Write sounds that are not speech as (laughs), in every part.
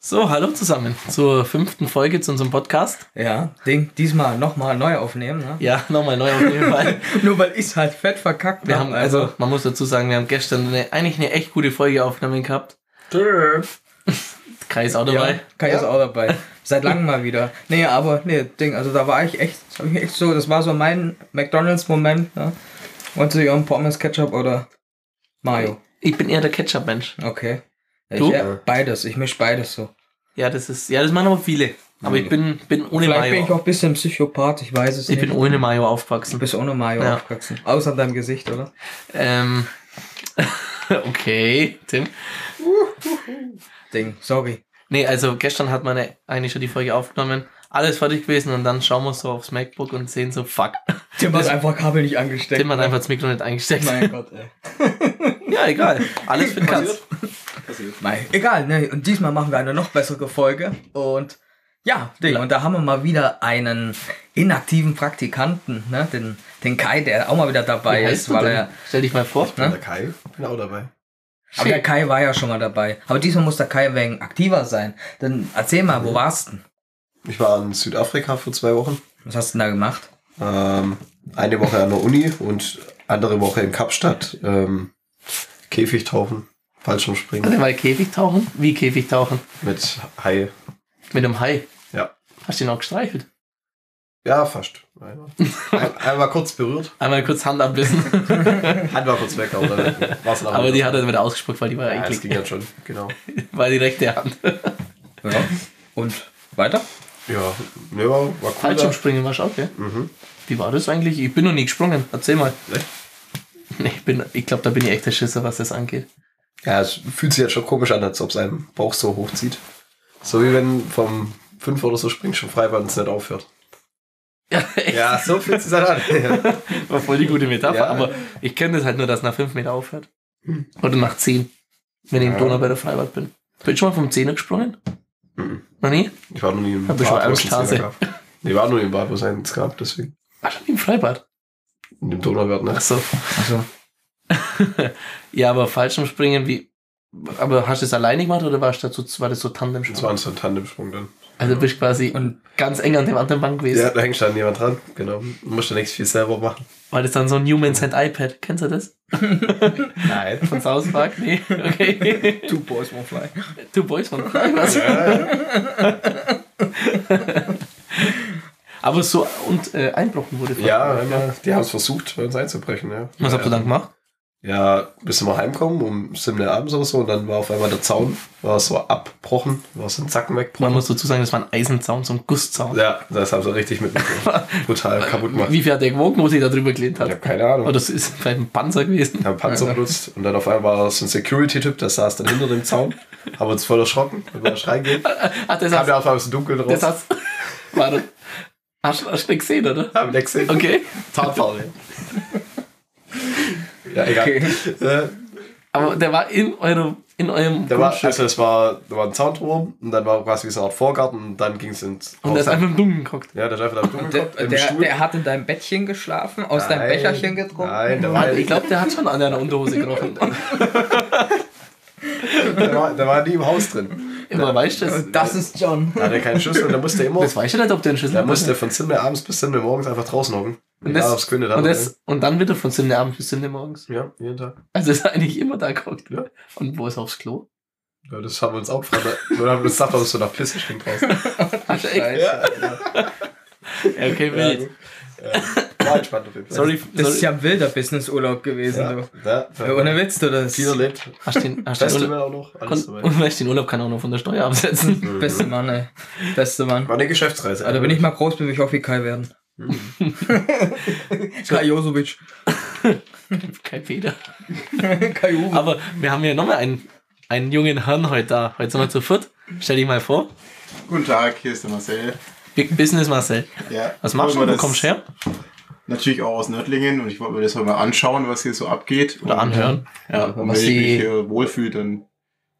So, hallo zusammen zur fünften Folge zu unserem Podcast. Ja, Ding, diesmal nochmal neu aufnehmen, ne? Ja, nochmal neu auf jeden Fall. (laughs) Nur weil ich's halt fett verkackt Wir hab, haben, also, man muss dazu sagen, wir haben gestern eine, eigentlich eine echt gute Folge aufgenommen gehabt. Kai ist auch Ja, dabei. Kai ist auch dabei. Seit langem mal wieder. Nee, aber, nee, Ding, also da war ich echt, hab ich mich echt so, das war so mein McDonalds-Moment, ne? Wollte ich auch einen Pommes, Ketchup oder Mayo? Ich bin eher der Ketchup-Mensch. Okay. Ich, Du? äh, beides, ich misch beides so. Ja, das ist, ja, das machen aber viele. Aber ich bin, bin ohne Vielleicht bin Mayo. ich auch ein bisschen Psychopath, ich weiß es ich nicht. bin ohne Mayo du aufgewachsen. bist ohne Mayo Ja. aufgewachsen. Außer deinem Gesicht, oder? Ähm, (laughs) okay, Tim. Ding, sorry. Nee, also gestern hat man ja eigentlich schon die Folge aufgenommen. Alles fertig gewesen und dann schauen wir so aufs MacBook und sehen so, fuck. Tim hat einfach Kabel nicht angesteckt. Tim hat einfach das Mikro nicht eingesteckt. Mein Gott, ey. Ja, egal. Alles für den Katz. Mei, egal, ne? Und diesmal machen wir eine noch bessere Folge. Und ja, Ding, und da haben wir mal wieder einen inaktiven Praktikanten, ne? Den, den Kai, der auch mal wieder dabei Wie heißt ist, du weil denn? er. Stell dich mal vor. Ne? Der Kai, bin auch dabei. Aber der Kai war ja schon mal dabei. Aber diesmal muss der Kai wegen aktiver sein. Dann erzähl mal, wo warst denn? Ich war in Südafrika vor zwei Wochen. Was hast du denn da gemacht? Ähm, eine Woche an der Uni und andere Woche in Kapstadt. Ähm, Käfigtauchen, Warte Fallschirmspringen mal, Käfig tauchen? Wie Käfig tauchen? mit Hai. Mit einem Hai. Ja. Hast du ihn auch gestreichelt? Ja, fast. Einmal, Ein- einmal kurz berührt. Einmal kurz Hand (laughs) abbissen. Hand war kurz weg, aber dann war es nachher Aber wieder. die hat er wieder ausgespuckt, weil die war Ja, das ging eklig. dann schon, genau. (laughs) War die rechte Hand. Ja. Und weiter? Ja, ja war Mhm. cool. da. Fallschirmspringen war schon, okay. Wie war das eigentlich? Ich bin noch nie gesprungen. Erzähl mal. Ne? Nee, Ich, bin- ich glaube, da bin ich echt der Schisser, was das angeht. Ja, es fühlt sich jetzt schon komisch an, als ob es einem Bauch so hochzieht. So wie wenn vom 5 oder so springt schon Freibad und es nicht aufhört. Ja, echt. Ja, so fühlt es sich (laughs) dann an. Ja. War voll die gute Metapher. Ja. Aber ich kenne das halt nur, dass nach 5 Meter aufhört. Hm. Oder nach 10. Wenn ich im Ja. Donau bei der Freibad bin. Bin ich schon mal vom 10er gesprungen? Mhm. Noch nie? Ich war noch nie im Hab ich schon wo es Angst, einen Zehner Hase. gab. Nee, war noch nie im Bad, wo es einen gab, deswegen. War schon nie im Freibad. In dem Donauwert, ne? Ach so. Also, Ja, aber Fallschirmspringen, wie. Aber hast du es alleine gemacht oder warst du dazu, war das so Das Tandemsprung? war so ein Tandemsprung dann. Also bist du quasi Und- ganz eng an dem anderen Bank gewesen. Ja, da hängt dann jemand dran, genau. Du musst ja nichts viel selber machen. War das dann so ein Humans and iPad? Kennst du das? Nein. Von South Park? (laughs) Nee, okay. two boys, one fly. Two Boys von Fly, was? (laughs) Aber so, und äh, einbrochen wurde. von- Ja, einmal, die haben es versucht, bei uns einzubrechen, ja. Was habt ihr dann gemacht? Ja, bis wir heimkommen, um 7 Uhr abends oder so, und dann war auf einmal der Zaun, war so abbrochen, war so ein Zacken Man wegbrochen. muss dazu sagen, das war ein Eisenzaun, so ein Gusszaun. Ja, das haben sie richtig mit (laughs) brutal kaputt gemacht. Wie viel hat der gewogen, wo sie da drüber gelehnt Ich hat? habe keine Ahnung. Oder das ist vielleicht ein Panzer gewesen. haben Panzer benutzt und dann auf einmal war so ein Security-Typ, der saß dann hinter (laughs) dem Zaun, haben uns voll erschrocken, wenn wir schreien gehen. Ach, Ah, das Kam hat. der auf einmal aus dem Dunkeln raus. Das hat. (laughs) Warte. Hast hast du nicht gesehen, oder? haben wir gesehen. Okay. Tarnfarbe. (laughs) ja, egal. Okay. Äh, Aber der war in eurem, in eurem da war, Grundstück. also es war, da war ein Zaun drüber und dann war quasi so eine Art Vorgarten und dann ging es ins und der ist einfach im Dunkeln geguckt. Ja, der ist einfach da im Dunkeln Der, geguckt, im der, Stuhl. der hat in deinem Bettchen geschlafen, aus deinem Nein. Becherchen getrunken. Nein, der war, Ich der, glaube, der hat schon an deiner Unterhose (laughs) gerochen. war, der war nie im Haus drin. Immer weißt du das? Und das ist John. Da hatte keinen Schlüssel und der musste immer, Das weißt du nicht, ob der einen Schlüssel der hat. musste von 7 Uhr abends bis 7 Uhr morgens einfach draußen hocken. und, ja, das, aufs Grüne dann. und, das, und dann wieder von 7 Uhr abends bis 7 Uhr morgens. ja, jeden Tag. Also ist er eigentlich immer da geguckt. Ja. Und wo ist er aufs Klo? Ja, das haben wir uns auch gefragt. Wir haben uns gedacht, dass es so nach Pisse stinkt draußen. Ach, echt? Scheiße. Ja, okay, wild. War entspannt auf jeden Fall. Sorry, Das ist sorry. ja wilder Businessurlaub gewesen, Ja, du. ja, Ja, ja. Äh, Ohne Witz, du das. Peter lebt. Hast den, hast den Urlaub, Festival auch noch. Alles und, dabei. und weißt, den Urlaub kann er auch noch von der Steuer absetzen. (laughs) (laughs) Beste Mann, ey. Beste Mann. War eine Geschäftsreise. Also wenn ich mal groß bin, will ich auch wie Kai werden. Mhm. (laughs) Kai Josovic. Kein Feder. Kai Uwe. Aber wir haben ja nochmal einen, einen jungen Herrn heute da. Heute sind wir zu viert. Stell dich mal vor. Guten Tag, hier ist der Marcel. Big Business Marcel. Ja, Was machst wollen du? Wo wir das- kommst du her? Natürlich auch aus Nördlingen und ich wollte mir das heute mal anschauen, was hier so abgeht. Oder und, anhören? Ja, und Was wenn ich die- mich hier wohlfühle, dann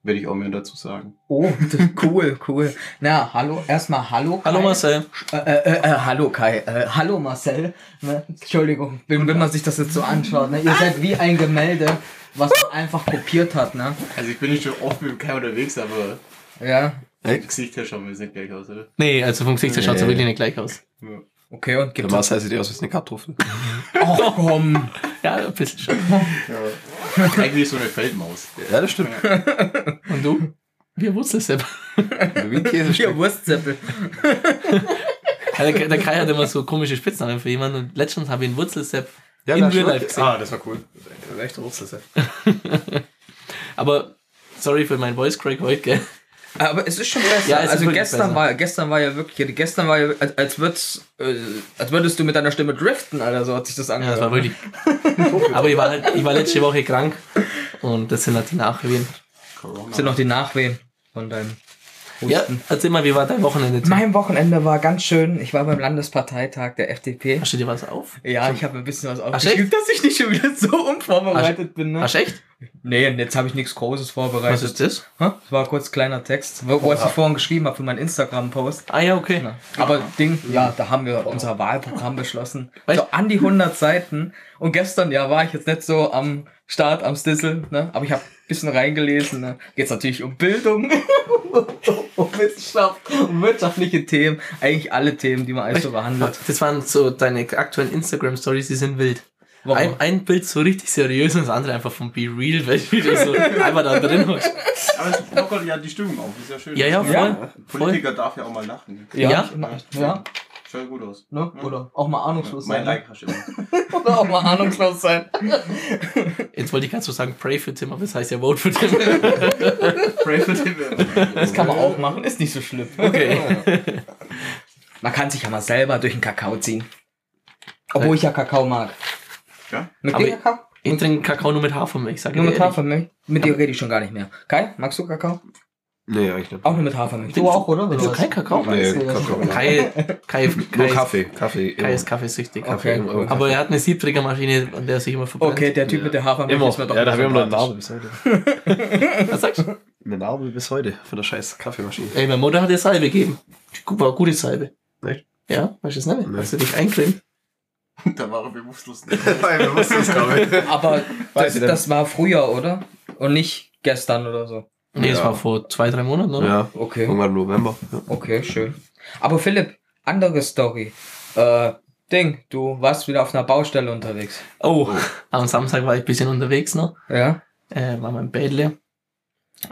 werde ich auch mehr dazu sagen. Oh, cool, cool. Na, hallo, erstmal hallo. Kai. Hallo Marcel. Äh, äh, äh, hallo Kai. Äh, hallo Marcel. Ne? Entschuldigung, wenn, wenn man sich das jetzt so anschaut. Ne? Ihr seid wie ein Gemälde, was man einfach kopiert hat, ne? Also ich bin nicht so oft mit dem Kai unterwegs, aber Ja. Echt? Gesicht her schauen wir jetzt nicht gleich aus, oder? Nee, also vom Gesicht her schaut es Nee. wirklich nicht gleich aus. Ja. Okay, und Der gibt's Mars heißt ja aus wie eine Kartoffel. Oh, komm. Ja, ein bisschen schon. ja. Eigentlich so eine Feldmaus. Ja, das stimmt. Und du? Wir wusstest (laughs) es. Wie ein Käsestück. Hier, Wurstzeppel. Der, der Kai hat immer so komische Spitznamen für jemanden und letztens habe ich einen Wurzelsepp Ja, in da Real schon- Life gesehen. Ah, das war cool. Das war echt ein Wurzelsepp. Aber sorry für meinen Voice Crack heute, gell? Aber es ist schon besser. Ja, es ist also wirklich gestern besser. war gestern war ja wirklich, gestern war ja, als, als, würd's, äh, als würdest du mit deiner Stimme driften, Alter, so hat sich das Ja, angehört. das war wirklich. Aber ich war, halt, ich war letzte Woche krank und das sind halt die Nachwehen. Corona. sind noch die Nachwehen von deinem Husten. Ja, erzähl mal, wie war dein Wochenende? Mein Wochenende war ganz schön. Ich war beim Landesparteitag der FDP. Hast du dir was auf? Ja, ich habe ein bisschen was echt? aufgeschrieben, dass ich nicht schon wieder so unvorbereitet bin. Ne? Hast du echt? Nee, und jetzt habe ich nichts Großes Was vorbereitet. ist Oh, ah. das? Hä? Das war kurz kleiner Text, wo, wo ich es vorhin geschrieben habe für meinen Instagram-Post. Ah ja, okay. Aber Ding, ja, da haben wir unser Wahlprogramm beschlossen. Weißt- So an die 100 Seiten. Und gestern, ja, war ich jetzt nicht so am Start, am Stissel, ne? aber ich habe ein bisschen reingelesen. Ne? Geht's natürlich um Bildung, (laughs) um Wissenschaft, um wirtschaftliche Themen. Eigentlich alle Themen, die man eigentlich so behandelt. Das waren so deine aktuellen Instagram-Stories, die sind wild. Warum? Ein, ein Bild so richtig seriös und das andere einfach von Be Real, weil du wieder (laughs) so einfach da drin hast. Aber es lockert ja die Stimmung auf, ist ja schön. Ja, ja, voll. Ja. Ein Politiker darf ja auch mal lachen. Ja? ja. Schaut gut aus. Ne? Oder auch mal ahnungslos sein. Mein ne? Like hast du immer. (laughs) Oder auch mal ahnungslos sein. Jetzt wollte ich gerade so sagen, pray für Tim, aber das heißt ja vote für Tim. (laughs) Pray for Tim. Das kann man auch machen, ist nicht so schlimm. Okay. (laughs) Man kann sich ja mal selber durch den Kakao ziehen. Obwohl ich ja Kakao mag. Ja? Mit Aber dir Kakao? Ich trinke Kakao nur mit Hafermilch, sag ich Nur mit dir ehrlich. Hafermilch? Mit dir rede ich schon gar nicht mehr. Kai, magst du Kakao? Nee, eigentlich nicht. Auch nur mit Hafermilch. Du Trinkst auch, oder? Willst du kein Kakao? Nee, du, das- Kakao. Kai, Kai, Kai, Nur ist- Kaffee. Kaffee. Kai immer. ist kaffeesüchtig. Okay. Kaffee immer. Aber er hat eine Siebträgermaschine, an der er sich immer verbrennt. Okay, der Typ mit der Hafermilch ist mir doch Ja, da nicht haben wir noch eine sympathisch. Narbe bis heute. Was sagst du? Eine Narbe bis heute von der scheiß (laughs) Kaffeemaschine. Ey, meine Mutter hat dir Salbe gegeben. Die war eine gute Salbe. Echt? Ja, weißt du das nicht? Nee. Hast du dich eincremen? (laughs) Da war er bewusstlos. Nein, wir wussten es, glaube ich. Aber das, Weiß ich nicht. das war früher, oder? Und nicht gestern oder so. Nee, das Ja. war vor zwei, drei Monaten, oder? Ja, Okay. irgendwann im November. Ja. Okay, schön. Aber Philipp, andere Story. Äh, Ding, du warst wieder auf einer Baustelle unterwegs. Oh, am Samstag war ich ein bisschen unterwegs noch. Ja? äh, war mein Bädle.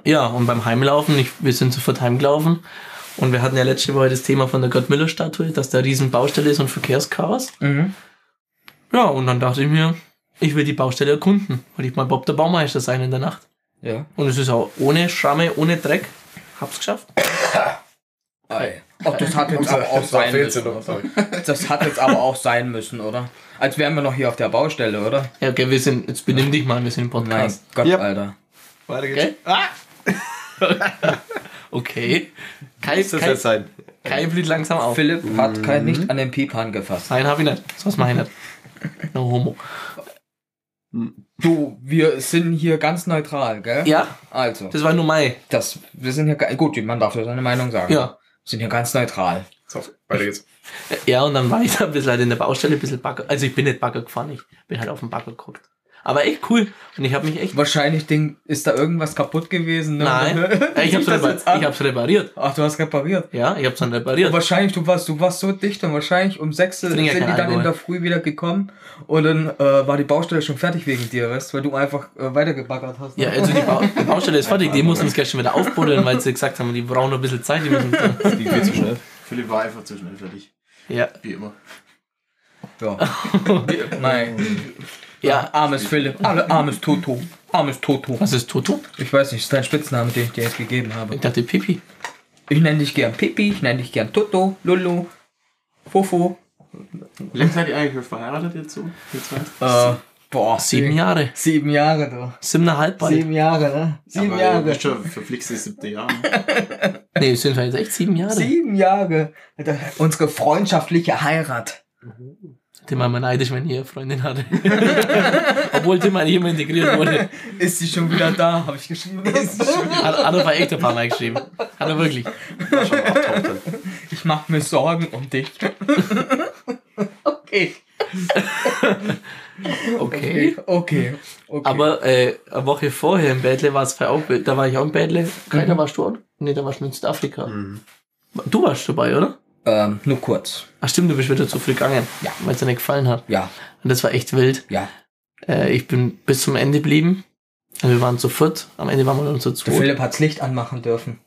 Ja, und beim Heimlaufen, ich, wir sind sofort heimgelaufen. Und wir hatten ja letzte Woche das Thema von der Gottmüller-Statue, dass da riesen Baustelle ist und Verkehrschaos. Mhm. Ja, und dann dachte ich mir, ich will die Baustelle erkunden. Wollte ich mal Bob der Baumeister sein in der Nacht. Ja. Und es ist auch ohne Schramme, ohne Dreck. Hab's geschafft. Ei. Ach, das hat jetzt (laughs) aber auch sein müssen. Das hat jetzt aber auch sein müssen, oder? Als wären wir noch hier auf der Baustelle, oder? Ja, okay, wir sind, jetzt benimm dich mal, wir sind im Mein Podcast. Gott, Ja. Alter. Weiter geht's. Gell? Ah! (laughs) okay. Kai, Muss das Kai, jetzt sein? Kai blüht langsam auf. Mhm. Philipp hat kein nicht an den Piepan gefasst. Nein, hab ich nicht. Sowas mach ich nicht. No homo. Du, wir sind hier ganz neutral, gell? Ja, Also, das war nur Mai. das, wir sind hier, ga- gut, man darf ja seine Meinung sagen. Ja. Wir sind hier ganz neutral. So, weiter geht's. Ja, und dann war ich da ein bisschen halt in der Baustelle, ein bisschen Bagger. Also ich bin nicht Bagger gefahren, ich bin halt auf den Bagger geguckt. Aber echt cool. Und ich habe mich (laughs) echt. Wahrscheinlich, Ding, ist da irgendwas kaputt gewesen, ne? (laughs) Nein, äh, ich Sieh hab's, das repa- jetzt an. ich hab's repariert. Ach, du hast repariert. Ja, ich hab's dann repariert. Wahrscheinlich, du warst, du warst so dicht und wahrscheinlich um sechs sind trinke die ja keinen dann in Alkohol. der Früh wieder gekommen und dann äh, war die Baustelle schon fertig wegen dir, weißt du, weil du einfach äh, weitergebaggert hast. Ja, also die, Bau die Baustelle ist fertig, die mussten es gestern wieder aufbuddeln, weil sie gesagt haben, die brauchen noch ein bisschen Zeit, die müssen. Das ging viel zu schnell. Philipp war einfach zu schnell für dich. Ja. Wie immer. (laughs) Ja. Nein. Ja. Armes Philipp, alle- armes Toto. Armes Toto. Was ist Toto? Ich weiß nicht, ist dein Spitzname, den ich dir jetzt gegeben habe. Ich dachte Pipi. Ich nenne dich gern Pipi, ich nenne dich gern Toto, Lulu, Fofo. Wie lange seid ihr eigentlich verheiratet jetzt so? Ihr zwei? Äh, boah, Sieben Jahre. Sieben Jahre, du. Siebeneinhalb bald. Sieben Jahre, ne? Sieben Aber Du Jahre. bist schon verflixt das siebte Jahr. ne? Nee, es sind halt echt sieben Jahre. Sieben Jahre. Alter, Unsere freundschaftliche Heirat. Tim war immer neidisch, wenn ihr Freundin hatte. (laughs) Obwohl Tim eigentlich immer integriert wurde. Ist sie schon wieder da, habe ich geschrieben. (laughs) Ist sie schon- Hat, hat er bei echt ein paar Mal geschrieben. Hat er wirklich. (laughs) War schon mal abtaucht dann. Ich (laughs) mache mir Sorgen um dich. okay. Okay. Okay. okay. Aber äh, eine Woche vorher in Bädle war es auch, da war ich auch in Bädle. Keiner Mhm. warst du auch? Nee, da warst du in (laughs) Südafrika. Mhm. Du warst dabei, oder? ähm, nur kurz. Ach stimmt, du bist wieder zu früh gegangen, Ja. weil es dir nicht gefallen hat. Ja, Und das war echt wild. ja. Äh, ich bin bis zum Ende geblieben. Also wir waren zu viert, am Ende waren wir dann zu Der zweit. Philipp hat's Licht anmachen dürfen.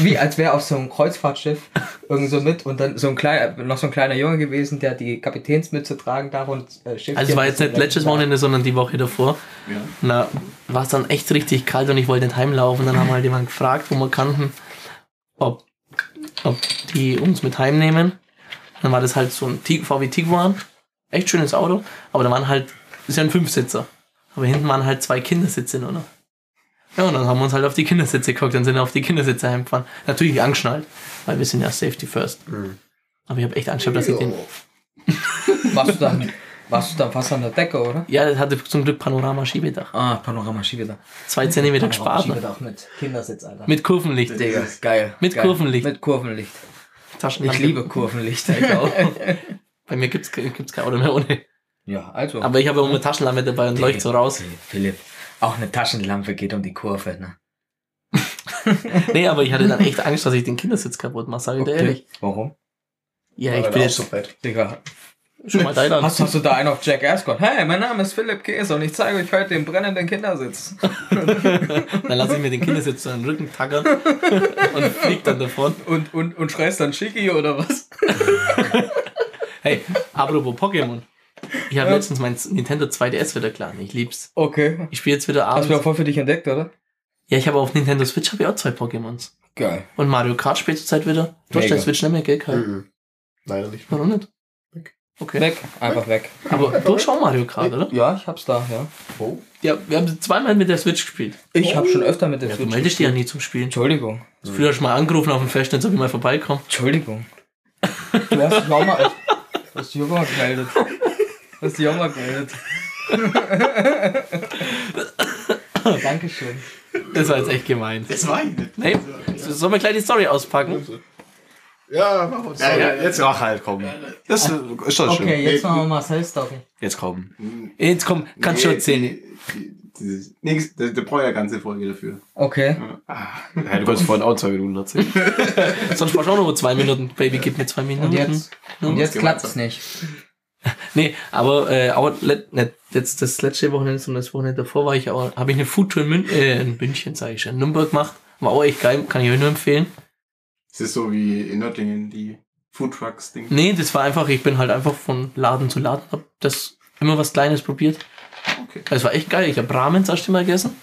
Wie als wäre auf so einem Kreuzfahrtschiff irgend so mit und dann so ein kleiner, noch so ein kleiner Junge gewesen, der die Kapitänsmütze tragen darf und äh, Schiff. Also es war jetzt nicht letztes Wochenende, sondern die Woche davor. Ja. Na, war es dann echt richtig kalt und ich wollte nicht heimlaufen. Dann haben wir halt jemanden gefragt, wo wir kannten, ob, ob die uns mit heimnehmen. Dann war das halt so ein Ti- VW Tiguan. Echt schönes Auto. Aber da waren halt, ist ja ein Fünfsitzer. Aber hinten waren halt zwei Kindersitze nur noch. Ja, und dann haben wir uns halt auf die Kindersitze geguckt und sind auf die Kindersitze heimgefahren. Natürlich angeschnallt, weil wir sind ja Safety First. Aber ich habe echt Angst gehabt, dass ich den... Warst du dann, warst du dann fast an der Decke, oder? Ja, das hatte zum Glück Panorama-Schiebedach. Ah, Panorama Skibedach. Zwei Zentimeter gespart. ne? Skibedach mit Kindersitz, Alter. Mit Kurvenlicht. Digga, geil. Mit geil. Kurvenlicht. Mit Kurvenlicht. Taschenlampe. Ich liebe Kurvenlicht. Bei mir gibt's, ke- gibt's kein Auto mehr ohne. (laughs) ja, also. Aber ich habe auch eine Taschenlampe dabei und leuchte so (laughs) raus. Okay, Philipp, auch eine Taschenlampe geht um die Kurve, ne? Nee, aber ich hatte dann echt Angst, dass ich den Kindersitz kaputt mache, sag ich dir ehrlich. Warum? Ja, ich bin jetzt Digga, schon mal Thailand. Hast, hast du da einen auf Jack Ascot? Hey, mein Name ist Philipp Käse und ich zeige euch heute den brennenden Kindersitz. (laughs) Dann lasse ich mir den Kindersitz so in den Rücken (laughs) tackern und flieg dann davon. Und, und, und schreist dann Shiki oder was? Hey, apropos Pokémon. Ich habe letztens mein Nintendo 2DS wieder klar. Ich lieb's. Okay. Ich spiele jetzt wieder Hast du ja abends. voll für dich entdeckt, oder? Ja, ich habe auf Nintendo Switch habe ich auch zwei Pokémons. Geil. Und Mario Kart spielt zurzeit wieder. Du hast Mega. deine Switch nicht mehr, gell? Kai? Mhm. Leider nicht. Warum nicht? Okay. Weg, einfach weg. Aber du hast schon Mario Kart, oder? Ja, ich hab's da, ja. Oh. Ja, wir haben zweimal mit der Switch gespielt. Ich hab schon öfter mit der Ja, du Switch. meldest dich ja nie zum Spielen. Entschuldigung. Früher hast du mal angerufen auf dem Festnetz, ob ich mal vorbeikomme. Entschuldigung. Du hast dich auch mal, du hast dich auch mal gemeldet. Du hast dich auch mal gemeldet. (laughs) Dankeschön. Das war ne? jetzt echt gemeint. Das war ich nicht. Nee, sollen wir gleich die Story auspacken? Ja, mach uns. Ja, ja, ja. jetzt mach halt, komm. Das ist schon schön. Okay, jetzt machen wir Marcel's Story. Jetzt komm. Jetzt komm, kannst du Nee, erzählen. die- die- dieses- Nix, da, da brauche ich ja ganze Folge dafür. Okay. Ja, du konntest vorhin auch zwei Minuten erzählen. Sonst brauchst du auch noch zwei Minuten. Baby, gib mir zwei Minuten. Und jetzt, und was jetzt klappt's gemeinsam. nicht. Nee, aber äh, auch let, nicht jetzt das letzte Wochenende, sondern das Wochenende davor war ich auch, habe ich eine Foodtour in, Mün äh, in München, sage ich schon, in Nürnberg gemacht. War auch echt geil, kann ich euch nur empfehlen. Es ist so wie in Nördlingen die Foodtrucks-Ding. Nee, das war einfach, ich bin halt einfach von Laden zu Laden, hab das immer was Kleines probiert. Okay. Es war echt geil. Ich habe Ramen das erste Mal gegessen.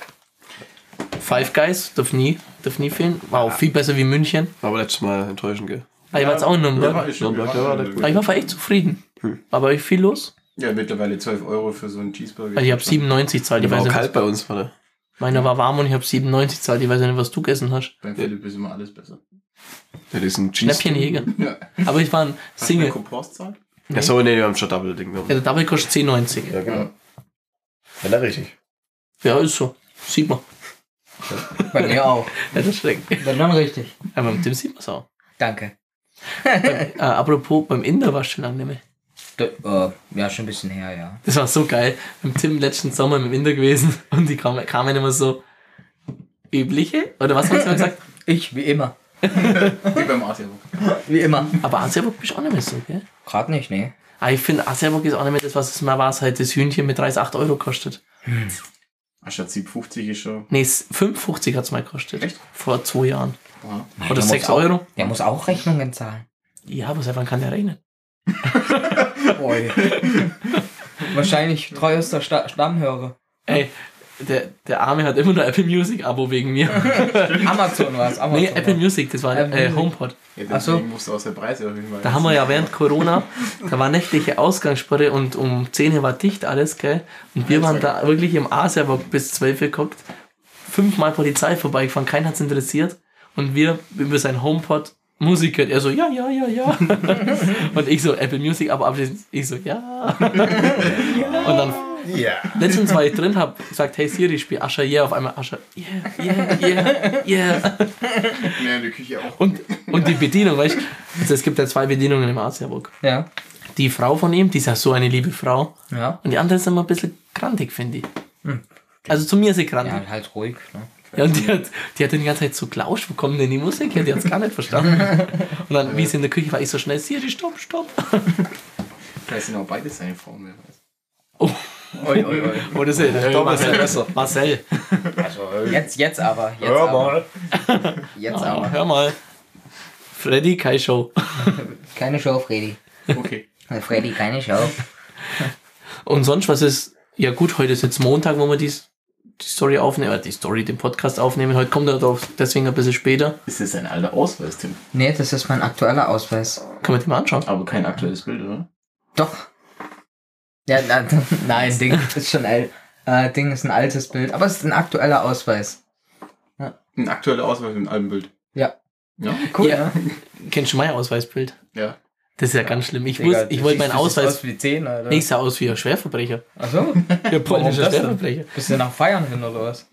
Five Guys, darf nie, darf nie fehlen. War auch viel besser wie München. War aber letztes Mal enttäuschend, gell? Aber ich war jetzt auch in Nürnberg. Ja, ich schon. Hm. Nürnberg, Wir der war waren nicht in gut. Aber ich war echt zufrieden. War bei euch viel los? Ja, mittlerweile 12 Euro für so einen Cheeseburger. Also ich habe 97 zahlt. Ich Die war weiß auch nicht, kalt was, bei uns, war der. meiner war warm und ich habe 97 zahlt. Ich weiß nicht, was du gegessen hast. Beim Philipp ist immer alles besser. Der ist ein Cheese. Schnäppchenjäger. Ja. Aber ich war ein Hast du eine Single. Koporst zahlt? Ja, so, nee, wir haben schon Double-Ding. Ja, der Double kostet 10,90. Ja, genau. Ja, na, richtig. Ja, ist so. Sieht man. Bei mir auch. Ja, das schreckt. Wenn dann richtig. Aber mit dem sieht man es (laughs) auch. Danke. Äh, apropos, beim Inder war es schon lange nicht mehr. D äh, ja, schon ein bisschen her, ja. Das war so geil. Mit Tim letzten Sommer im Winter gewesen und die kamen, kamen immer so übliche, oder was haben sie immer (laughs) gesagt? Ich, wie immer. Wie beim Asiabook. Wie immer. Aber Asiaburg bist du auch nicht mehr so, gell? Gerade nicht, ne? Aber ich finde, Asiaburg ist auch nicht mehr das, was es mal war, seit das Hühnchen mit 3,8 Euro kostet. Statt 7,50 ist schon. Nee, es- 5,50 hat es mal gekostet. Echt? Vor zwei Jahren. Ja. Oder 6 Euro. Der muss auch Rechnungen zahlen. Ja, aber seit wann kann der rechnen? Oi. (laughs) Wahrscheinlich treuester Sta Stammhörer. Ey, der, der Arme hat immer nur Apple Music Abo wegen (laughs) mir. Amazon war es. Amazon nee, Apple war's. Music, das war Apple äh, Music. HomePod. Ja, Ach so. deswegen musst du aus der Preise erhöhen, weil. Da haben wir ja während Corona, da war nächtliche Ausgangssperre und um 10 Uhr war dicht alles, gell? Und wir waren da wirklich im Asiabock bis 12 Uhr geguckt. Fünfmal Polizei vorbeigefahren, keiner hat's interessiert. Und wir über sein HomePod Musik gehört. Er so, ja, ja, ja, ja. und ich so, Apple Music, aber abschließend, ich so, ja. und dann Ja. letztens war ich drin, hab gesagt, hey Siri, spiel Asher, yeah, auf einmal Asher, yeah, yeah, yeah, yeah. Ja, in der Küche auch. Und, und die Bedienung, weißt du, also es gibt ja zwei Bedienungen im Asiabock Ja. die Frau von ihm, die ist ja so eine liebe Frau. Ja. Und die andere ist immer ein bisschen grantig, finde ich. Also zu mir ist sie grantig. Ja, halt ruhig. Ne? Ja, und die hat, die hat dann die ganze Zeit so gelauscht, wo kommt denn die Musik her? Die hat es gar nicht verstanden. (laughs) Und dann, wie sie in der Küche war, ich so schnell, Siri, stopp, stopp. Vielleicht sind auch beide seine Frauen, wer weiß. Oh, Oi, oi, oi. oh das ist äh, Marcel. Marcel, Jetzt, jetzt aber. Jetzt Hör aber. mal. Jetzt oh, aber. hör mal. Freddy, keine Show. Keine Show, Freddy. (laughs) Okay. Freddy, keine Show. Und sonst, was ist, ja gut, heute ist jetzt Montag, wo wir die, die Story aufnehmen, äh, die Story, den Podcast aufnehmen. Heute kommt er drauf, deswegen ein bisschen später. Ist das ein alter Ausweis, Tim? Nee, das ist mein aktueller Ausweis. Kann man den mal anschauen. Aber kein aktuelles Bild, oder? Doch. Ja, na, nein, Ding ist schon alt. Äh, Ding ist ein altes Bild, aber es ist ein aktueller Ausweis. Ein aktueller Ausweis mit einem alten Bild. Ja. Ja? Cool, Ja. ne? Kennst du mein Ausweisbild? Ja. Das ist ja, ganz schlimm. Ich, Digga, muss, ich wollte meinen du siehst Ausweis. Aus wie die Zehen, Alter. Ich sah aus wie ein Schwerverbrecher. Achso. Ja, polnischer das denn? Schwerverbrecher. Bist du nach Feiern hin oder was?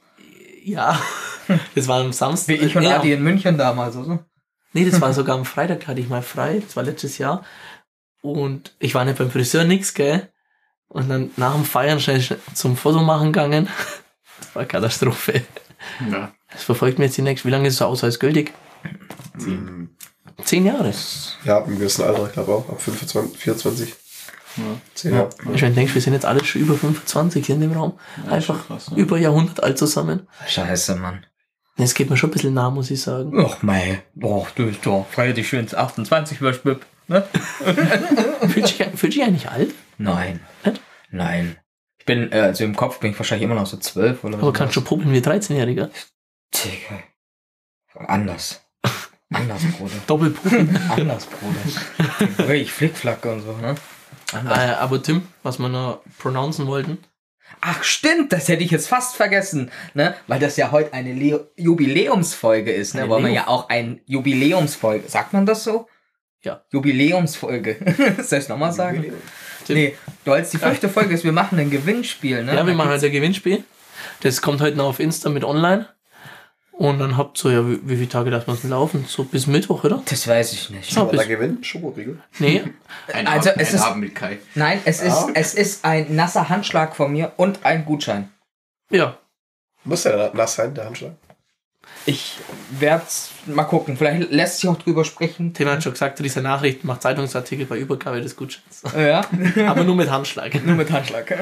Ja, (laughs) das war am Samstag. Wie ich und nee, am- Adi in München damals, oder? Nee, das war sogar am Freitag, da hatte ich mal frei. Das war letztes Jahr. Und ich war nicht beim Friseur, nix, gell? Und dann nach dem Feiern schnell schnell zum Foto machen gegangen. (laughs) Das war Katastrophe. Ja. Das verfolgt mir jetzt die nächste. Wie lange ist der Ausweis gültig? Zehn Jahre. Ja, ab einem gewissen Alter, ich glaube auch. Ab 25, 24. Ja. 10 Jahre. Ich meine, denkst, wir sind jetzt alle schon über 25 hier in dem Raum. Einfach ne? über Jahrhundert alt zusammen. Scheiße, Mann. Das geht mir schon ein bisschen nah, muss ich sagen. Och, mei. Och, du bist doch. Feier dich schön ins 28 Beispiel. Ne? Fühlst du dich, fühlst du dich eigentlich alt? Nein. Was? Nein. Ich bin, äh, also im Kopf bin ich wahrscheinlich immer noch so 12 oder so. Aber kannst schon popeln wie ein 13-Jähriger. Digga. (laughs) Anders. Anders, Bruder. Doppelpupeln. Anders, Bruder. Wirklich Flickflacke und so, ne? äh, aber Tim, was wir noch pronouncen wollten. Ach stimmt, das hätte ich jetzt fast vergessen, ne? Weil das ja heute eine Le Jubiläumsfolge ist, ne? Eine Wollen wir Leo- ja auch ein Jubiläumsfolge. Sagt man das so? Ja. Jubiläumsfolge. (laughs) Soll ich nochmal sagen? Nee, weil es die fünfte Folge ist, wir machen ein Gewinnspiel, ne? Ja, wir machen heute ein Gewinnspiel. Das kommt heute noch auf Insta mit online. Und dann habt ihr, ja, wie, wie viele Tage darf man es laufen? So bis Mittwoch, oder? Das weiß ich nicht. Ja, Aber da bis, gewinnen? Schokoriegel? (laughs) nee, Ein Also, Abend, es ein ist- Abend mit Kai. Nein, es ist, es ist ein nasser Handschlag von mir und ein Gutschein. ja. Muss ja nass sein, der Handschlag. Ich werd's mal gucken. Vielleicht lässt sich auch drüber sprechen. Tim hat schon gesagt, diese Nachricht macht Zeitungsartikel bei Übergabe des Gutscheins. (laughs) Ja, Aber nur mit (laughs) Handschlag. nur mit Handschlag.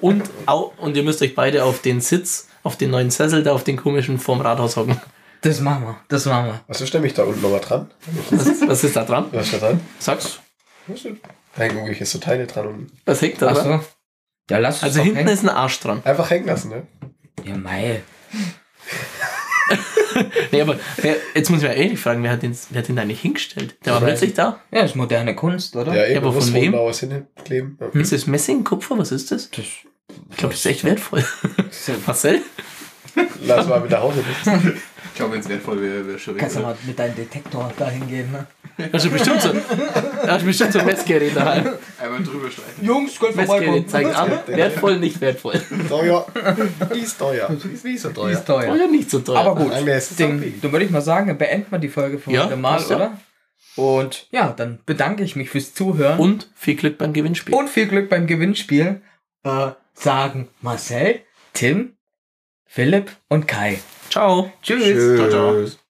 Und, au, und ihr müsst euch beide auf den Sitz, auf den neuen Sessel, da auf den komischen vorm Rathaus hocken. Das machen wir, das machen wir. Also stelle mich da unten nochmal dran. Was, was ist da dran? Was ist da dran? Sag's. Was ist das? Da hängen irgendwelche so Teile dran und Was hängt da Ach dran? so. Ja, lass uns Also doch hinten hängen. ist ein Arsch dran. einfach hängen lassen, ne? Ja, mei. Nee, aber wer, jetzt muss ich mal ehrlich fragen, wer hat den, wer hat den da nicht hingestellt? Der war Ich weiß plötzlich da. Ja, ist moderne Kunst, oder? Ja, eben. aber muss von wohl wem? da was hinkleben. Ja. Ist das Messing, Kupfer? Was ist das? Das Ich glaube, das ist echt wertvoll. Marcel? Lass mal mit nach Hause. bringen. Ich glaube, wenn es wertvoll wäre, wäre schon kannst du richtig. mal mit deinem Detektor dahin gehen, ne? Hast du bestimmt so, hast du bestimmt so ein Messgerät daheim. Einmal drüber streichen. Jungs, könnt Messgerät zeigt an, wertvoll, nicht wertvoll. Teuer. Die ist teuer. Die (laughs) ist nicht so teuer. Ist teuer. Oder nicht so teuer. Aber gut, Nein, mir ist es auch Ding, billig. dann würde ich mal sagen, beenden wir die Folge für Ja, heute mal, passt ja. oder? Und ja, dann bedanke ich mich fürs Zuhören und, Und viel Glück beim Gewinnspiel. viel Glück beim Gewinnspiel. Äh, sagen Marcel, Tim, Philipp und Kai. ciao. Tschüss. Ciao, ciao. Tschüss.